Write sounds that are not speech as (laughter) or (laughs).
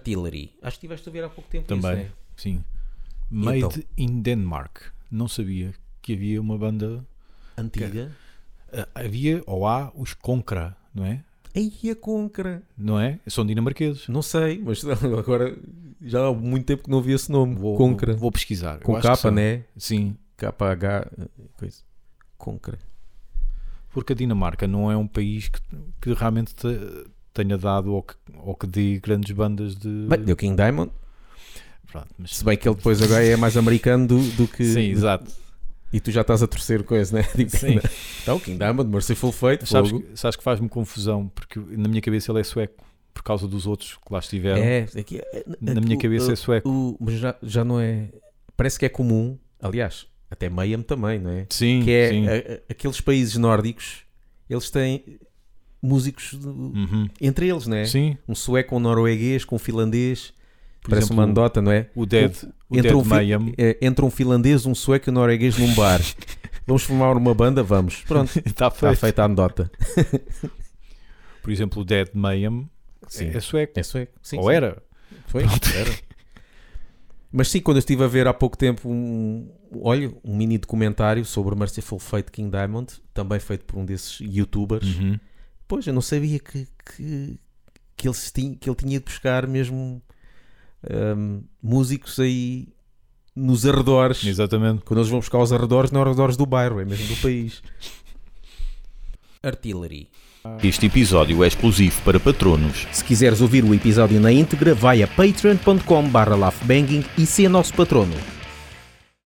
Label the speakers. Speaker 1: Artillery. Acho que estiveste a ver há pouco tempo
Speaker 2: Também,
Speaker 1: isso, né?
Speaker 2: sim. Made
Speaker 1: Então.
Speaker 2: in Denmark. Não sabia que havia uma banda.
Speaker 1: Antiga.
Speaker 2: ah, Havia ou há os Concra, não é?
Speaker 1: Aí a Concra.
Speaker 2: Não é? São dinamarqueses.
Speaker 1: Não sei, mas (laughs) agora já há muito tempo que não vi esse nome.
Speaker 2: Vou,
Speaker 1: Concra.
Speaker 2: Vou pesquisar. Eu
Speaker 1: Com
Speaker 2: acho que
Speaker 1: capa,
Speaker 2: são.
Speaker 1: né?
Speaker 2: Sim.
Speaker 1: KH. Coisa. Concra.
Speaker 2: Porque a Dinamarca não é um país que, que realmente te- tenha dado ou que, ou que dê grandes bandas de.
Speaker 1: Bem, deu King Diamond.
Speaker 2: Pronto, mas-
Speaker 1: Se bem que ele depois agora é mais americano do, do que.
Speaker 2: Sim, exato.
Speaker 1: E tu já estás a torcer coisa, né? (laughs) Tipo,
Speaker 2: Sim.
Speaker 1: Então, King Diamond, Merciful Fate,
Speaker 2: Sabes,
Speaker 1: fogo.
Speaker 2: que- sabes que faz-me confusão, porque na minha cabeça ele é sueco, por causa dos outros que lá estiveram.
Speaker 1: É, aqui, é,
Speaker 2: Na
Speaker 1: aquilo,
Speaker 2: minha cabeça
Speaker 1: uh,
Speaker 2: é sueco.
Speaker 1: o- mas já, já não é. Parece que é comum, aliás, até Mayhem também, não é?
Speaker 2: Sim,
Speaker 1: que
Speaker 2: sim.
Speaker 1: é a- a- aqueles países nórdicos, eles têm músicos de-
Speaker 2: Uhum.
Speaker 1: entre eles, não é?
Speaker 2: Sim,
Speaker 1: Um sueco, um norueguês, com um finlandês,
Speaker 2: por
Speaker 1: parece
Speaker 2: exemplo,
Speaker 1: uma anedota, não é?
Speaker 2: o Dead, o,
Speaker 1: entre
Speaker 2: Dead
Speaker 1: um fi-
Speaker 2: Mayhem.
Speaker 1: É, Entre um finlandês, um sueco e um norueguês num
Speaker 2: (laughs)
Speaker 1: bar. Vamos formar uma banda? Vamos. Pronto,
Speaker 2: Está
Speaker 1: está
Speaker 2: feito.
Speaker 1: feita a anedota.
Speaker 2: Por exemplo, o Dead Mayhem
Speaker 1: Sim.
Speaker 2: é sueco.
Speaker 1: É sueco. Sim,
Speaker 2: ou
Speaker 1: sim.
Speaker 2: era?
Speaker 1: Foi? Era. Mas sim, quando eu estive a ver há pouco tempo um, olha, um mini documentário sobre Merciful Fate King Diamond, também feito por um desses youtubers.
Speaker 2: Uhum.
Speaker 1: Pois, eu não sabia que, que, que, ele, se tinha, que ele tinha de buscar mesmo hum, músicos aí nos arredores.
Speaker 2: Exatamente.
Speaker 1: Quando eles vão buscar os arredores, não é arredores do bairro, é mesmo do país. Artillery.
Speaker 3: Este episódio é exclusivo para patronos.
Speaker 1: Se quiseres ouvir o episódio na íntegra, vai a patreon.com/lafbanging e ser nosso patrono.